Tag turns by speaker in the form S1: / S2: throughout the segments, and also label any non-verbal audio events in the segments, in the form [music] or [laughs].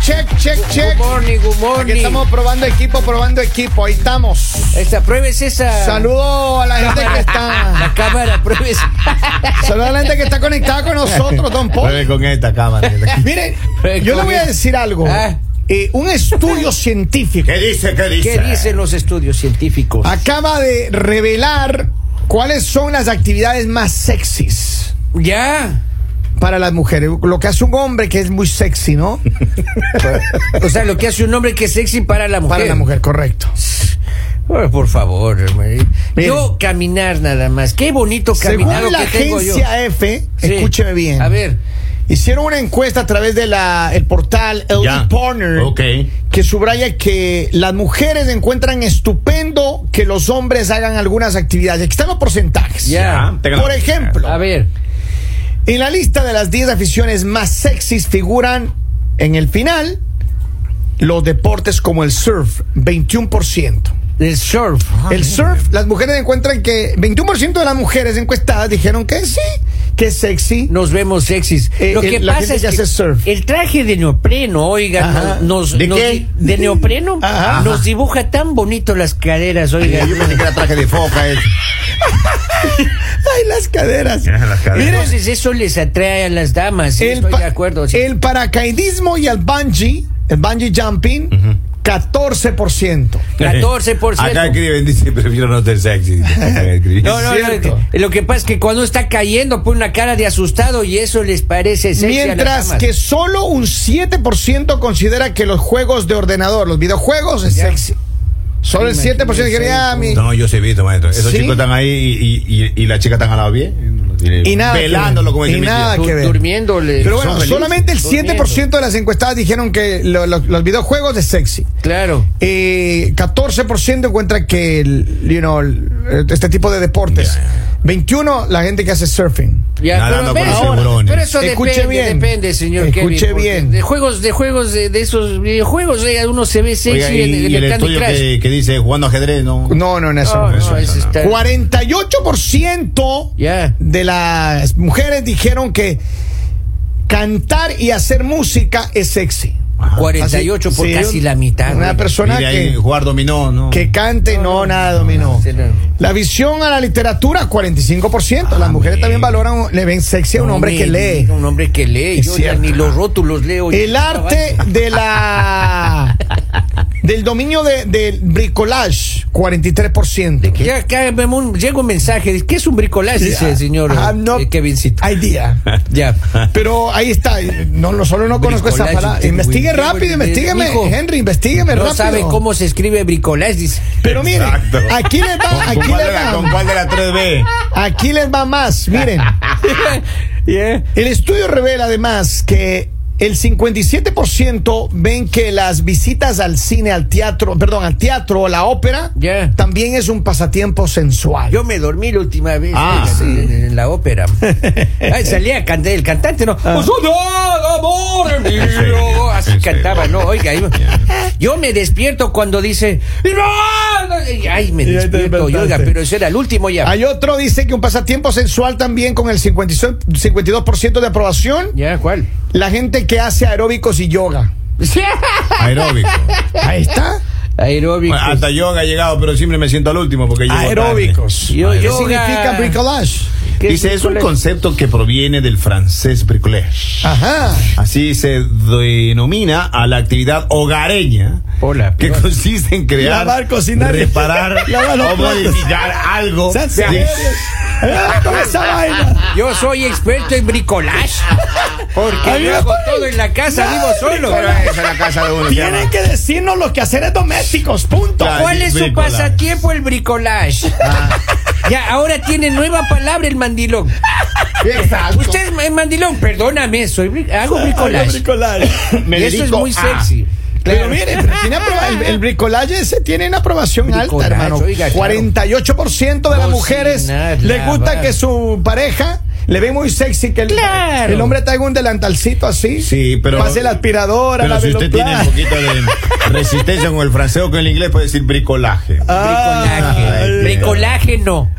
S1: check, check.
S2: Good morning, good morning.
S1: Aquí estamos probando equipo, probando equipo. Ahí estamos.
S2: Esta, pruébese esa.
S1: Saludo a la gente que
S2: La [laughs]
S1: está.
S2: cámara, pruébese.
S1: Saludo a la gente que está conectada con nosotros, Don Paul.
S3: Pruebe con esta cámara.
S1: Miren,
S2: Pero
S1: yo le
S2: con
S1: voy a
S2: eso-
S1: decir algo.
S2: Ah.
S1: Eh, un
S2: [laughs]
S1: estudio científico
S3: ¿Qué dice? ¿Qué
S2: ¿Qué
S3: dice?
S2: dicen los estudios científicos?
S1: acaba de revelar cuáles son las actividades más sexys
S2: Ya.
S1: para las mujeres. Lo que hace un hombre que es muy sexy, ¿no?
S2: O sea, lo que hace un hombre que es sexy para la mujer.
S1: Para la mujer, correcto.
S2: Ay, por favor, hermano.
S1: Miren.
S2: Yo caminar nada más. Qué bonito caminar
S1: Según
S2: lo
S1: la
S2: que tengo yo.
S1: agencia EFE,
S2: Sí.
S1: escúcheme bien.
S2: A ver.
S1: Hicieron una encuesta a través de la el portal LD
S3: Ya.
S1: Partner
S3: Ok.
S1: que subraya que las mujeres encuentran estupendo que los hombres hagan algunas actividades. Aquí están los porcentajes.
S2: Ya.
S3: Ya, tenga la-
S1: Por ejemplo,
S2: A ver.
S1: en la lista de las 10 aficiones más sexys figuran en el final los deportes como el surf, 21%.
S2: El surf.
S1: El surf, las mujeres encuentran que 21% de las mujeres encuestadas dijeron que sí, que es sexy.
S2: Nos vemos sexys.
S1: Eh,
S2: Lo
S1: eh,
S2: que
S1: la
S2: pasa
S1: gente
S2: es
S1: que hace surf.
S2: el traje de neopreno, oiga,
S1: Ajá.
S2: nos,
S3: ¿De
S2: nos-
S3: qué?
S1: [laughs]
S2: de neopreno
S1: Ajá.
S2: nos dibuja tan bonito las caderas, oiga.
S3: Yo pensé
S2: [laughs]
S3: que era traje de foca. eh.
S1: Ay, las caderas.
S3: Ya, las caderas.
S1: Miren,
S2: Entonces eso les atrae a las damas. sí,
S1: el,
S2: estoy
S1: pa-
S2: de acuerdo. sí. [laughs]
S1: el paracaidismo y el bungee, el bungee jumping, 14%.
S2: 14%.
S3: Acá escriben, dice, prefiero no ser sexy. Acá escriben.
S2: No, no,
S1: cierto.
S2: no, lo que pasa es que cuando está cayendo pone una cara de asustado y eso les parece sexy a las
S1: Mientras
S2: damas.
S1: que solo un 7% considera que los juegos de ordenador, los videojuegos, es
S2: Ya.
S1: sexy. Solo el
S2: Imagínese
S1: 7% dijeron, ah, mi-
S3: No, yo sí he visto, maestro. Esos
S1: ¿Sí?
S3: chicos están ahí y, y, y, y la chica están al lado bien.
S1: Y nada que
S3: Velándolo
S1: ver.
S3: como dice
S1: Y
S3: mi
S1: nada
S3: tía.
S1: que ver.
S2: durmiéndole.
S1: Pero
S3: Son
S1: bueno,
S3: felices.
S1: solamente el
S2: Son
S1: 7% de las encuestadas dijeron que lo- lo- los videojuegos es sexy.
S2: Claro.
S1: Eh, 14% encuentra que el, you know, el- este tipo de deportes.
S3: Ya, ya,
S1: 21 la gente que hace surfing.
S2: Ya,
S3: Nadando
S2: pero,
S3: con los
S2: pero-
S3: tiburones.
S2: pero eso
S1: Escuche
S2: depende,
S1: bien.
S2: depende, señor
S1: Escuche
S2: Kevin, porque
S1: bien.
S2: De juegos, de juegos, de, de esos videojuegos, eh, uno se ve sexy
S3: Oiga, y,
S2: en, en
S3: y el
S2: el Candy
S3: estudio
S2: Crush.
S3: que, que dice jugando ajedrez, ¿no?
S1: No, no, en eso.
S2: No,
S1: no.
S2: no,
S3: eso
S2: ese
S3: no.
S2: está-
S1: 48%
S2: Ya.
S1: de las mujeres dijeron que cantar y hacer música es sexy.
S3: Ajá.
S2: 48 por
S1: Sí,
S2: casi
S1: un-
S2: la mitad.
S1: Una
S2: güey.
S1: persona
S3: Y de ahí
S1: que,
S3: jugar dominó, ¿no?
S1: que cante, no, nada, dominó.
S2: Sí, no.
S1: La visión a la literatura, 45%. las mujeres
S3: mira.
S1: también valoran, le ven sexy a un hombre
S2: me
S1: que lee.
S2: diga, Un Ah, hombre que lee.
S1: Es
S2: Yo ya
S1: cierto.
S2: ni los rótulos leo.
S1: El
S2: yo
S1: arte
S2: trabajo.
S1: de la
S2: [laughs]
S1: del dominio de- del bricolage, 43%. ¿De
S2: Ya acá me mon- llega un mensaje. dice, ¿Qué es un bricolaje? Dice el señor
S1: Ah,
S2: eh, eh, Kevincito.
S1: idea.
S2: [laughs]
S1: [laughs]
S2: Ya.
S1: Pero ahí está, no, no solo no conozco esa
S2: Bricolage,
S1: palabra.
S2: este,
S1: Investigue
S2: güey.
S1: rápido, investígueme,
S2: Mijo,
S1: Henry, investígueme
S2: No
S1: rápido.
S2: sabe cómo se escribe
S1: [laughs]
S2: bricolaje. Dice.
S1: Pero miren,
S3: Exacto.
S1: aquí les
S3: ¿Con,
S1: va,
S3: con
S1: aquí
S3: cuál de
S1: les
S3: la,
S1: va,
S3: ¿Con cuál de las 3B?
S1: aquí les va más, miren.
S2: Yeah.
S1: El estudio revela además que el 57% ven que las visitas al cine, al teatro, perdón, al teatro o la ópera,
S2: Ya.
S1: también es un pasatiempo sensual.
S2: Yo me dormí la última vez
S3: Ah,
S2: oigan, en, en la
S3: [laughs]
S2: ópera. Ay, salía a cantar el cantante, ¿no?
S3: Ah.
S2: Pues, oh,
S3: [laughs]
S2: no, amor mío. Así
S3: en serio.
S2: cantaba, ¿no? Oiga, yo, yo me despierto cuando dice. "No, no", y, Ay, me
S1: Y ahí te
S2: despierto. y, oiga,
S1: despertaste.
S2: pero eso era el último ya.
S1: Hay otro, dice que un pasatiempo sensual también con el 56 52% de aprobación,
S2: ¿Ya cuál? [laughs]
S1: la gente que hace aeróbicos y yoga.
S3: Aeróbico.
S1: Ahí está.
S2: Aeróbico.
S3: Bueno, hasta yoga ha llegado, pero siempre me siento al último porque llego tarde.
S1: Aeróbicos.
S2: Yo-
S1: ¿Qué
S2: yoga.
S1: significa bricolage?
S2: ¿Qué
S3: Dice, es un
S2: bricolaje?
S3: concepto que proviene del francés bricolage.
S1: Ajá.
S3: Así se denomina a la actividad hogareña
S2: Hola,
S3: que
S2: peor.
S3: consiste en crear,
S1: Lavar, cocinar,
S2: [laughs]
S3: reparar
S1: lavar los
S3: o
S1: platos.
S3: modificar algo.
S1: Sean
S3: de-
S1: serios. Ah, [laughs] con esa vaina.
S2: Yo soy experto en
S3: [laughs]
S2: bricolaje. Porque
S1: Ay,
S2: yo hago
S1: ay.
S2: todo en la casa,
S1: Ay,
S2: vivo solo.
S3: Pero esa es la casa de uno.
S1: Tienen que decirnos los quehaceres domésticos, punto.
S3: Claro.
S2: ¿Cuál es su
S3: Bricolaje.
S2: pasatiempo el bricolage?
S1: Ah.
S2: Ya, ahora tiene nueva palabra el mandilón.
S3: Exacto.
S2: Usted es ma- mandilón, perdóname, soy bri- hago bricolage.
S1: [laughs]
S3: Me
S2: Y eso es
S3: dedico
S2: muy
S3: a-
S2: sexy.
S1: Pero miren, pero tiene apro- el, el bricolaje ese tiene una aprobación alta,
S2: Bricolaje,
S1: hermano.
S2: oiga, claro.
S1: 48% de las
S2: Cocinar,
S1: mujeres les gusta
S2: lavar.
S1: que su pareja le ve muy sexy que el,
S2: Claro.
S1: el hombre traiga un delantalcito así.
S3: Sí, pero-
S1: Pase la aspiradora,
S3: Pero
S1: la
S3: si usted tiene
S1: velopla-
S3: un poquito de resistencia con el francés o con
S2: Ah,
S3: el inglés, puede decir bricolaje.
S1: Ah,
S2: Bricolaje.
S3: Ay,
S2: Bricolaje no.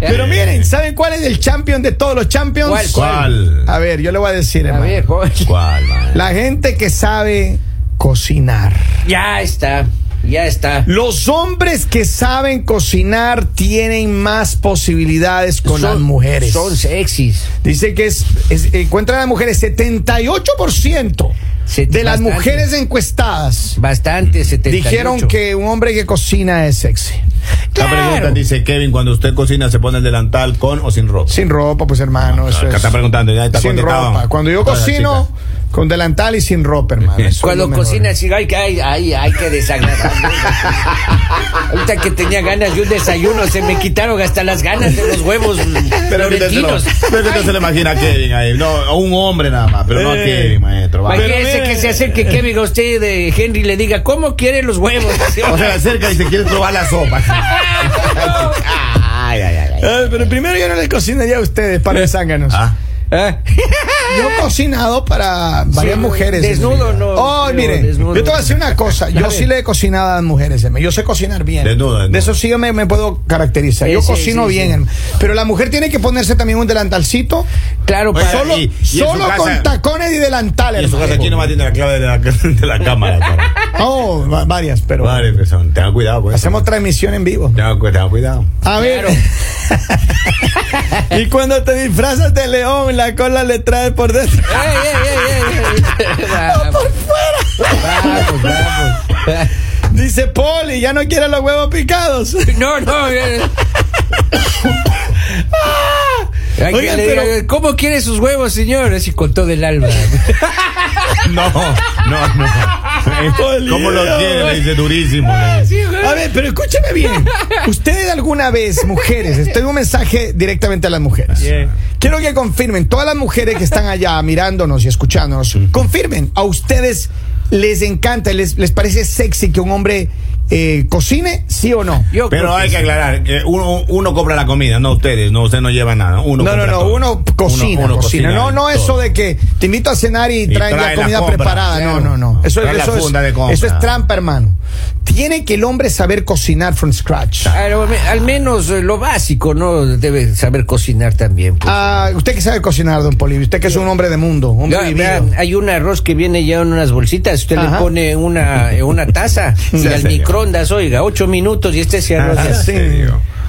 S1: Pero miren, ¿saben cuál es el champion de todos los champions?
S2: ¿Cuál?
S3: ¿Cuál?
S1: A ver, yo le voy a decir,
S2: [laughs] A
S1: hermano.
S2: ver, joven.
S3: ¿Cuál, man?
S1: La gente que sabe cocinar.
S2: Ya está, ya está.
S1: Los hombres que saben cocinar tienen más posibilidades con las
S2: Son-
S1: mujeres.
S2: Son sexys.
S1: Dice que es, es- encuentra a las mujeres 78%
S2: Se-
S1: de las
S2: bastante.
S1: mujeres encuestadas
S2: Bastante, 78.
S1: dijeron que un hombre que cocina es sexy.
S3: La
S2: Claro.
S3: pregunta dice Kevin, cuando usted cocina, ¿se pone el delantal con o sin ropa? Ah,
S1: Sin ropa, pues hermano, eso
S3: Acá
S1: es.
S3: está preguntando, ya está
S1: sin
S3: contestado.
S1: ropa. Cuando yo
S3: Todas las
S1: cocino
S3: chicas.
S1: con delantal y sin ropa, hermano. eso es
S2: Cuando
S1: lo mejor.
S2: cocinas, digo, ay, que hay, ay, ay, que
S3: [laughs]
S2: desagradable. ahorita que tenía ganas de un desayuno, se me quitaron hasta las ganas de los huevos mm,
S3: Pero ahorita se lo,
S2: florentinos.
S3: pero ahorita se lo imagina a Kevin ahí. No, a un hombre nada más, pero no a
S1: Eh.
S3: Kevin, maestro. va.
S2: Imagínese que se acerque Kevin a usted de Henry y le diga, ¿cómo quiere los huevos?
S3: [laughs] O sea, acerca y se quiere probar la sopa. ay, ay, ay. ay.
S1: Eh, pero primero yo no les cocinaría a ustedes para de zánganos.
S3: Ah.
S2: [laughs] ¿Ah?
S1: Yo he cocinado para varias
S2: Sí,
S1: mujeres. en mi
S2: desnudo
S1: vida.
S2: no,
S1: Oh,
S2: pero
S1: mire,
S2: desnudo.
S1: yo te voy a decir una cosa. Yo
S2: Dale.
S1: sí le he cocinado a las mujeres. hermano. Yo sé cocinar bien.
S3: Desnudo, desnudo.
S1: De eso sí yo me, me puedo caracterizar.
S2: Sí,
S1: yo
S2: sí,
S1: cocino
S2: sí,
S1: bien.
S2: sí.
S1: hermano. Pero la mujer tiene que ponerse también un delantalcito.
S2: Claro,
S3: Oye,
S2: para...
S1: Solo,
S3: y- y en su
S1: solo
S3: casa-
S1: con tacones y delantal.
S3: Y en su
S1: hermano.
S3: casa, ¿quién nomás tiene la clave de la, [laughs] de la cámara? para-
S1: Oh, va- varias, pero.
S3: Vale, pues, tengan cuidado, pues.
S1: Hacemos transmisión en vivo.
S3: Tengan cu- tengan cuidado.
S1: A ver. [laughs] y cuando te disfrazas de león, la cola le trae por dentro.
S2: [laughs] ¡Ey, ey, ey,
S3: [laughs]
S2: ey, ey! Vamos, vamos,
S3: [laughs]
S2: vamos.
S1: Dice Poli, ya no quiere los huevos picados.
S2: No, no.
S3: [laughs]
S2: eh. Ay,
S1: Oigan,
S2: le-
S1: pero-
S2: ¿Cómo quiere sus huevos, señor? Así con todo el alma.
S3: No, no, no. ¿Cómo lo tiene? Le dice durísimo. le dice.
S1: A ver, pero escúcheme bien. Ustedes alguna vez, mujeres, estoy un mensaje directamente a las mujeres. Quiero que confirmen, todas las mujeres que están allá mirándonos y escuchándonos, confirmen, a ustedes les encanta, les, les parece sexy que un hombre eh, cocine, sí o no.
S2: Yo
S3: Pero
S2: creo
S3: hay que aclarar, eh, uno, uno compra la comida, no ustedes, no usted no lleva nada. Uno
S1: No, no,
S3: compra
S1: no,
S3: todo.
S1: uno cocina,
S3: Uno- uno
S1: cocina.
S3: cocina
S1: No, no
S3: todo.
S1: eso de que te invito a cenar y, traen
S3: trae
S1: la
S3: la
S1: comida
S3: compra,
S1: preparada.
S3: claro.
S1: No, no, no. Eso,
S3: Trae la
S1: eso es,
S3: funda de compra.
S1: eso es trampa, hermano. Tiene que el hombre saber cocinar from scratch.
S2: que- al, al menos eh, lo básico, ¿no? Debe saber cocinar también. pues.
S1: Ah, usted que sabe cocinar, don Polivio, usted que es un hombre de mundo, hombre
S2: Ya,
S1: vivido.
S2: vean, hay un arroz que viene ya en unas bolsitas. Usted
S1: Ajá.
S2: le pone una, eh, una
S3: [laughs]
S2: taza y al
S3: señor.
S2: microondas, oiga, ocho minutos y este se arroz.
S1: Ah,
S2: ya.
S1: sí.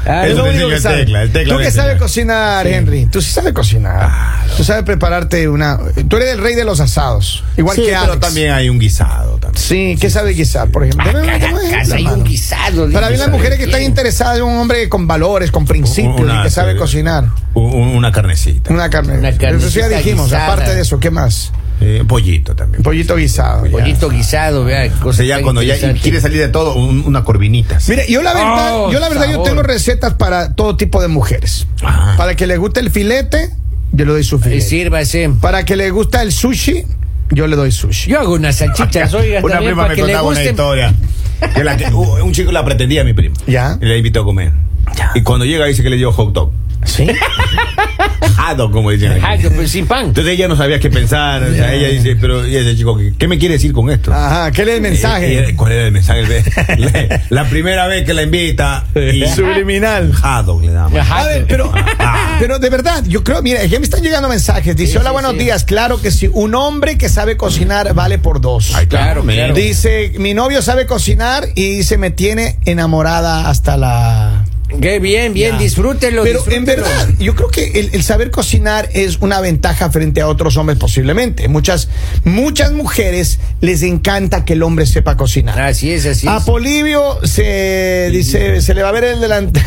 S2: Ah,
S1: es
S2: no,
S1: lo único
S3: señor,
S1: que
S3: el
S1: sabe.
S3: tecla, el tecla
S1: tú que
S3: del
S1: sabes
S3: señor.
S1: cocinar, Henry. Tú sí sabes cocinar. Tú sabes prepararte una. Tú eres el rey de los asados. Igual
S3: Sí,
S1: que
S3: pero
S1: Alex.
S3: también hay un guisado también.
S1: Sí, ¿qué sabe guisar, por ejemplo? Dame un-
S2: acá en
S1: dame un ejemplo,
S2: casa Ah, hay un
S1: hermano.
S2: guisado.
S1: Para mí las
S2: guisado.
S1: mujeres que están interesadas en un hombre con valores, con principios
S3: Una-
S1: y que sabe
S3: eh,
S1: cocinar.
S3: u- u- Una carnecita.
S1: Una carne.
S2: Una
S1: Eso sí ya
S2: carnecita
S1: dijimos.
S2: guisada.
S1: Aparte de eso, ¿qué más?
S3: Eh, pollito también.
S1: Pollito guisado.
S2: Pollito guisado, vea.
S3: O sea, ya cuando ya quiere salir de todo, un- una corvinita. así.
S1: Mire, yo la verdad,
S2: Oh,
S1: yo la verdad, yo
S2: sabor.
S1: tengo recetas para todo tipo de mujeres.
S3: Ajá.
S1: Para que le guste el filete, yo le doy su filete.
S2: Eh, Sírvase.
S1: Para que le gusta el sushi, yo le doy sushi.
S2: Yo hago unas salchichas, oiga,
S3: [laughs] Una
S2: también
S3: prima
S2: para
S3: me
S2: que le
S3: contaba una
S2: guste.
S3: historia. que la que- u- un chico la pretendía a mi prima.
S1: Ya.
S3: Y la invitó a comer. Y cuando llega dice que le dio hot dog.
S1: ¿Sí?
S3: Hot dog,
S1: [laughs]
S3: como dicen.
S2: Ah,
S3: aquí.
S2: que, pues, sin pan.
S3: Entonces ella no sabía qué pensar. O sea, ella dice, pero y ese chico, ¿qué, qué me quiere decir con esto?
S1: Ajá, ¿qué le el
S3: Eh, eh,
S1: mensaje?
S3: ¿Cuál era
S2: [laughs]
S3: el mensaje? La, la primera vez que la invita. Y
S1: Subliminal.
S3: Jado le damos.
S2: Ajá.
S1: A ver,
S2: [laughs]
S1: pero,
S3: Ah.
S1: pero de verdad, yo creo, mira, ya me están llegando mensajes. Dice,
S2: Sí,
S1: hola,
S2: sí,
S1: buenos
S2: sí.
S1: días. Claro que sí, un hombre que sabe cocinar vale por dos.
S3: Ay,
S2: Claro,
S3: me-
S2: claro.
S1: Dice, mi novio sabe cocinar y dice, me tiene enamorada hasta la...
S2: Qué bien, bien, disfrútelo.
S1: Pero en
S2: disfrútelo.
S1: verdad, yo creo que el, el saber cocinar es una ventaja frente a otros hombres posiblemente. Muchas, muchas mujeres les encanta que el hombre sepa cocinar.
S2: Así es, así
S1: A
S2: es.
S1: Polivio se dice, se le va a ver el
S3: [laughs]
S1: delantal.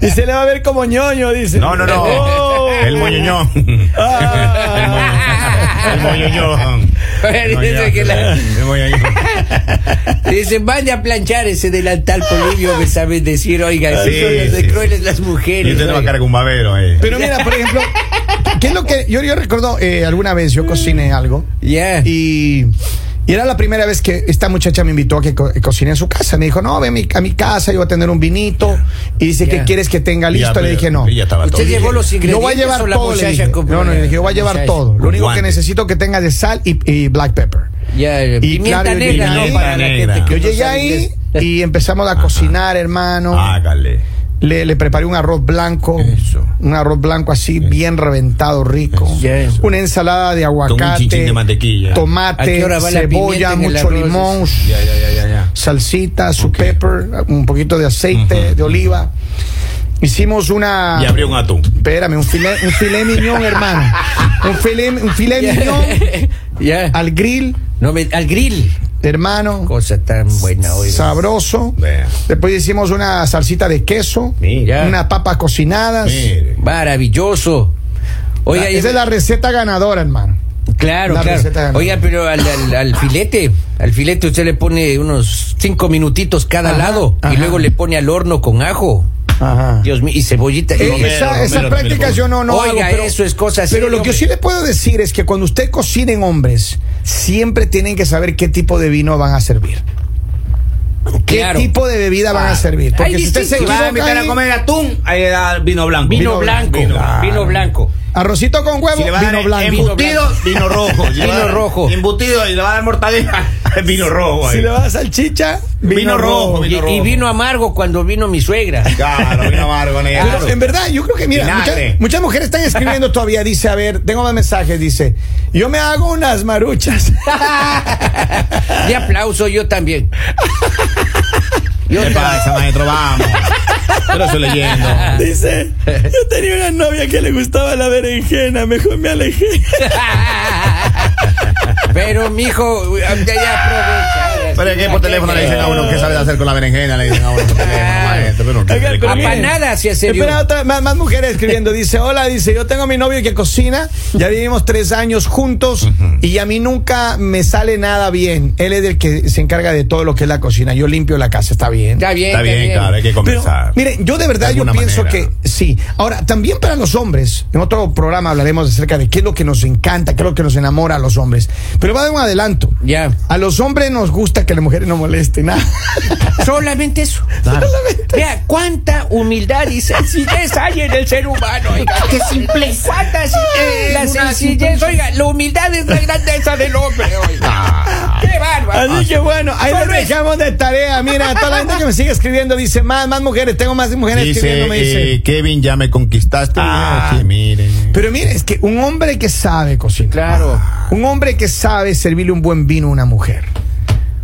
S1: y se le va a ver como ñoño, dice.
S3: No, no, no.
S1: Oh.
S3: El moñoñón.
S1: Ah.
S3: El moñoñón. El
S2: Dice que la-
S3: moñoñón. El moñoñón.
S2: Dice, vaya a planchar ese delantal
S1: [laughs]
S2: polivio que sabes decir, oiga,
S3: Sí,
S2: sí, son las
S3: sí,
S2: crueles las
S3: Y
S2: mujeres.
S3: usted no va a
S2: oiga.
S3: cargar un babero eh. ahí.
S1: Pero mira, por ejemplo, ¿qué es lo que yo, yo recuerdo eh, alguna vez yo cociné algo
S2: Ya.
S1: y, y era la primera vez que esta muchacha me invitó a que co- cocine en su casa. Me dijo, no, ve a mi, a mi casa, yo voy a tener un vinito. Y dice,
S2: Ya.
S1: ¿qué quieres que tenga
S3: Ya,
S1: listo?
S3: pero-
S1: Le dije, no.
S3: y ya estaba todo
S2: Usted llevó
S3: bien.
S2: los
S1: No
S2: ingredientes.
S1: voy a
S2: o
S1: llevar
S2: la
S1: todo. le
S2: muchacha
S1: dije.
S2: compró?
S1: No, no, le dije, yo voy a llevar
S2: Muchacha.
S1: todo. Lo
S3: Con
S1: único que
S3: guantes.
S1: necesito que tenga de sal y, y black pepper.
S2: Ya, eh, pimienta
S1: claro, y
S2: negra,
S1: pimienta
S3: Ah.
S2: ¿no? Para la
S3: negra.
S2: gente que
S1: Yo
S2: no [laughs]
S1: llegué
S2: sabe
S1: ahí
S2: inglés.
S1: y empezamos a cocinar, hermano.
S3: Hágale.
S1: le, le preparé un arroz blanco,
S3: Ah. Eso.
S1: un arroz blanco así bien reventado, rico,
S2: Eso.
S1: una ensalada de
S3: un
S1: aguacate,
S3: chinchín de mantequilla.
S2: ¿A qué
S1: tomate,
S2: hora va la pimienta
S1: cebolla,
S2: en el
S1: mucho
S2: arroz?
S1: limón,
S3: Ya, ya, ya, ya, ya.
S1: salsita, su
S3: Ok.
S1: pepper, un poquito de aceite
S3: Ujú.
S1: de oliva. Hicimos una
S3: Y abrió un atún.
S1: Espérame, un filé, un filé miñón, hermano. Un filé, un
S2: [laughs]
S1: filé miñón
S2: Ya.
S1: al grill,
S2: No me- al grill.
S1: hermano.
S2: Cosa tan buena, oiga.
S1: Sabroso.
S3: Vea.
S1: Después hicimos una salsita de queso,
S3: Mire.
S2: Ya.
S1: unas papas cocinadas.
S3: Mire.
S2: Maravilloso. Oiga,
S1: La-
S2: y-
S1: Ah, esa es la receta ganadora, hermano.
S2: claro,
S1: la receta de
S2: claro.
S1: ganado.
S2: Oiga, pero al, al- al filete, al filete usted le pone unos cinco minutitos cada
S1: Ajá,
S2: lado
S1: ajá.
S2: y luego le pone al horno con ajo.
S1: Ajá.
S2: Dios mío, y cebollita.
S1: Eh,
S2: Y-
S3: Romero,
S1: esa-
S3: Romero,
S1: esas
S3: Romero,
S1: prácticas
S3: Romero.
S1: yo no, no
S2: Oiga,
S1: hago, pero-
S2: eso es cosa
S1: Pero
S2: seria,
S1: lo que
S2: hombre.
S1: sí le puedo decir es que cuando usted cocinen hombres, siempre tienen que saber qué tipo de vino van a servir. ¿Qué
S2: Claro.
S1: tipo de bebida van a servir? Porque
S2: Hay
S1: si usted se
S2: distintos.
S1: equivoca
S2: Va a invitar
S1: ahí,
S3: atún, ahí da vino blanco.
S2: Vino
S1: Vino
S2: blanco.
S3: blanco.
S2: Vino,
S1: Claro.
S2: blanco.
S1: arrocito con huevo,
S3: Si le va a
S1: vino
S3: dar
S1: blanco.
S3: embutido, vino rojo. Si le va a
S2: Vino
S3: dar
S2: rojo.
S3: Embutido y le va a dar mortadela, [laughs] vino rojo. ahí.
S1: Si le vas a salchicha, vino,
S3: Vino rojo,
S1: rojo.
S2: Y,
S3: Vino
S2: y
S3: rojo.
S2: vino amargo cuando vino mi suegra.
S3: Claro, vino amargo, negro.
S1: Pero en verdad, yo creo que, mira, muchas,
S3: Vinagre.
S1: muchas mujeres están escribiendo todavía. Dice, a ver, tengo más mensajes. Dice, yo me hago unas maruchas. [laughs]
S2: De aplauso yo también. [laughs] Yo
S3: ¿Qué
S2: también.
S3: pasa, maestro? Vamos. Pero estoy leyendo.
S1: Dice, yo tenía una novia que le gustaba la berenjena, mejor me alejé.
S2: Pero mijo, ya aprovecha.
S3: Pero es que por teléfono le dicen a uno qué sabe hacer con la berenjena, le dicen a uno por teléfono, maestro. Pero, ¿qué
S1: Oiga,
S3: se le
S1: pero
S3: come?
S1: mire,
S2: Apanada si es serio.
S1: Espera, otra- más, más mujeres escribiendo. Dice, hola, dice, yo tengo a mi novio que cocina, ya vivimos tres años juntos y a mí nunca me sale nada bien. Él es el que se encarga de todo lo que es la cocina. Yo limpio la casa, está bien.
S2: Está bien,
S3: Está bien, claro, hay que
S1: Pero,
S3: compensar.
S1: miren, yo de verdad
S3: De
S1: yo
S3: alguna
S1: pienso
S3: manera.
S1: que sí. Ahora, también para los hombres, en otro programa hablaremos acerca de qué es lo que nos encanta, qué es lo que nos enamora a los hombres. Pero va a dar un adelanto.
S2: Ya.
S1: A los hombres nos gusta que las mujeres no molesten
S3: [laughs]
S1: nada.
S2: Solamente eso. Vea, cuánta humildad y sencillez hay en el ser humano. Oiga. Qué simpleza. Cuánta si- eh, la sencillez. Oiga, la humildad es la grandeza del hombre. Oiga. Qué
S3: Ah,
S2: bárbaro.
S1: Así que bueno, ahí
S2: Solo
S1: les
S2: eso.
S1: dejamos de tarea. Mira, toda la gente que me sigue escribiendo dice más, más mujeres, tengo más mujeres
S3: Dice,
S1: escribiéndome, dice.
S3: eh, Kevin, ya me conquistaste.
S1: Ah.
S3: Sí, miren.
S1: Pero mire, es que un hombre que sabe cocinar.
S2: Claro.
S1: Un hombre que sabe servirle un buen vino a una mujer.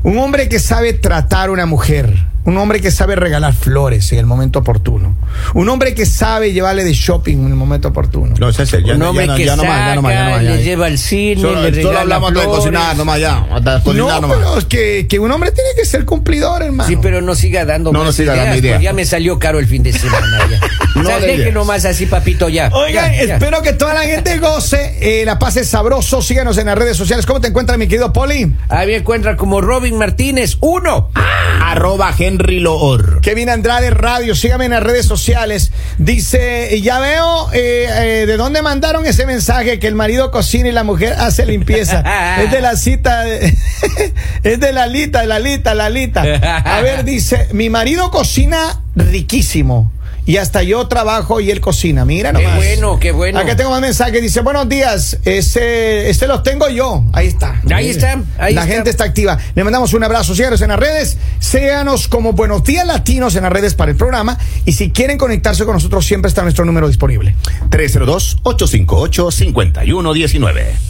S1: Un hombre que sabe tratar a una mujer. Un hombre que sabe regalar flores en el momento oportuno. Un hombre que sabe llevarle de shopping en el momento oportuno.
S3: No, sé, ya,
S2: Un
S3: no,
S2: hombre
S3: ya, no,
S2: que
S3: ya no más, ya no más, ya no
S2: saca,
S3: más. ya.
S2: le lleva al cine,
S3: Solo,
S2: le
S3: solo
S2: regala
S3: hablamos de
S2: flores.
S3: cocinar nomás, ya. Hasta cocinar
S1: No,
S3: nomás.
S1: pero es que, que un hombre tiene que ser cumplidor, hermano.
S2: Sí, pero no siga dando
S3: No,
S2: más
S3: no siga
S2: ideas,
S3: dando ideas.
S2: pues ya me salió caro el fin de semana. Ya.
S3: No
S2: O sea,
S3: de
S2: deje
S3: ideas.
S2: nomás así, papito, ya.
S1: Oigan,
S2: Ya, ya.
S1: espero que toda la gente goce, eh, la pase sabroso. Síganos en las redes sociales. ¿Cómo te encuentras, mi querido Poli?
S2: Ahí me encuentra como Robin Martínez, uno.
S3: Arroba Henry Loor.
S1: Kevin Andrade Radio, sígame en las redes sociales. Dice, y ya veo eh, eh, de dónde mandaron ese mensaje que el marido cocina y la mujer hace
S2: [laughs]
S1: limpieza. es de la cita, de- [laughs] es de la lita, la lita, la lita. A
S2: [laughs]
S1: ver, dice, mi marido cocina riquísimo. Y hasta yo trabajo y él cocina. Mira
S2: Qué
S1: nomás.
S2: bueno, qué bueno.
S1: Acá tengo más mensajes. Dice, buenos días. Este, este los tengo yo. Ahí está.
S2: Ahí está, ahí
S1: la
S2: está.
S1: gente está activa. Le mandamos un abrazo. Síganos en las redes. Síganos como Buenos Días Latinos en las redes para el programa. Y si quieren conectarse con nosotros, siempre está nuestro número disponible.
S3: 302-858-5119.